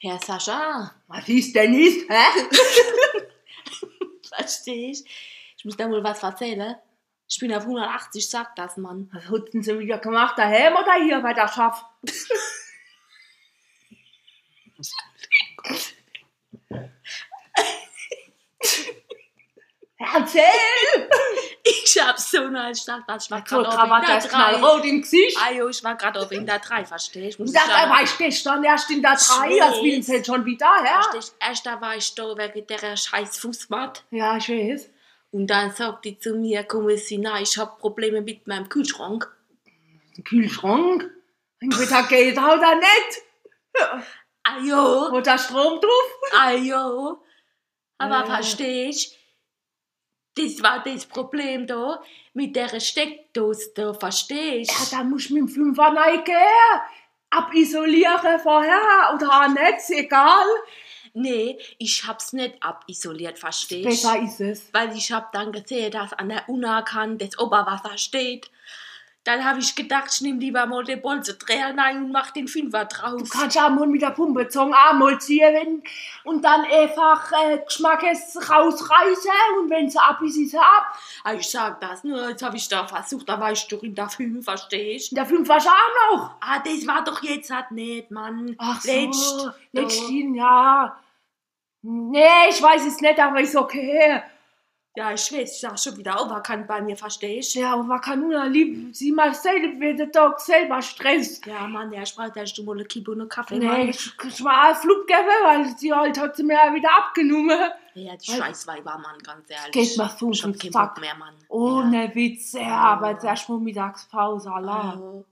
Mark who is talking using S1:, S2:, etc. S1: Herr Sascha,
S2: Was ist denn ist? Hä?
S1: verstehe ich. Ich muss dir mal was erzählen. Ich bin auf 180, sag das, Mann.
S2: Was hat denn sie wieder gemacht? Daheim oder hier bei der Schaf? Erzähl!
S1: Ich hab so eine Schlacht, ich war
S2: So,
S1: gerade auf
S2: Krawatte
S1: in
S2: ist
S1: der 3.
S2: knallrot im Gesicht.
S1: Ajo, ich war gerade auf in der 3, verstehe ich.
S2: Ich
S1: ich
S2: dachte, er
S1: sagen.
S2: war ich gestern erst in der 3, das will ich jetzt schon wieder, ja?
S1: Verstehst du? Erst da war ich da wegen der scheiß Fußmatte.
S2: Ja, ich weiß.
S1: Und dann sagt die zu mir, komm sie, nein, ich hab Probleme mit meinem Kühlschrank.
S2: Ein Kühlschrank? Entweder geht er oder nicht.
S1: Ajo,
S2: Oder Strom drauf.
S1: ajo. oh. Aber
S2: Ja.
S1: versteh ich, das war das Problem da mit der Steckdose da, versteh ich.
S2: Ja, da muss ich mit dem Fünfer neigen. Abisolieren vorher oder auch nicht, egal.
S1: Nee, ich hab's nicht abisoliert, versteh ich.
S2: Besser ist es.
S1: weil ich habe dann gesehen, dass an der Unakan das Oberwasser steht. Dann habe ich gedacht, ich nehme lieber mal den Bolzendreher rein und mach den Fünfer
S2: Du
S1: drauf.
S2: kannst auch mal mit der Pumpe Zong auch mal ziehen wenn, und dann einfach äh, Geschmackes rausreißen und wenn sie ab ist, ist sie ab.
S1: Ah, ich sag das nur, jetzt habe ich da versucht, da war ich doch in der Fünf, versteh ich?
S2: Der Fünfer ist auch noch.
S1: Ah, das war doch jetzt halt nicht, Mann.
S2: Ach so,
S1: Letzt.
S2: letzt
S1: Ja.
S2: hin, ja. Nee, ich weiß es nicht, aber ist okay.
S1: Ja, ich weiß, ich sag schon wieder Oberkan bei mir, versteh ich?
S2: Ja, aber kann nur lieb, sie mal selbst, wenn der Tag selber stresst.
S1: Ja, Mann, ja, ich brauche gleich mal eine Kippe und einen Kaffee,
S2: Nee,
S1: Mann.
S2: ich, ich war auch Flug gegeben, weil sie halt hat sie mir ja wieder abgenommen.
S1: Ja, die
S2: Weil-
S1: Scheißweiber, Mann, ganz ehrlich.
S2: Geht mal so
S1: Ich hab
S2: auf
S1: keinen
S2: den
S1: Oh,
S2: Sack. Oh,
S1: Bock mehr, Mann.
S2: Ohne Witz, ja,
S1: Ja.
S2: aber jetzt erstmal Mittagspause,
S1: ja.
S2: Allah.
S1: Oh.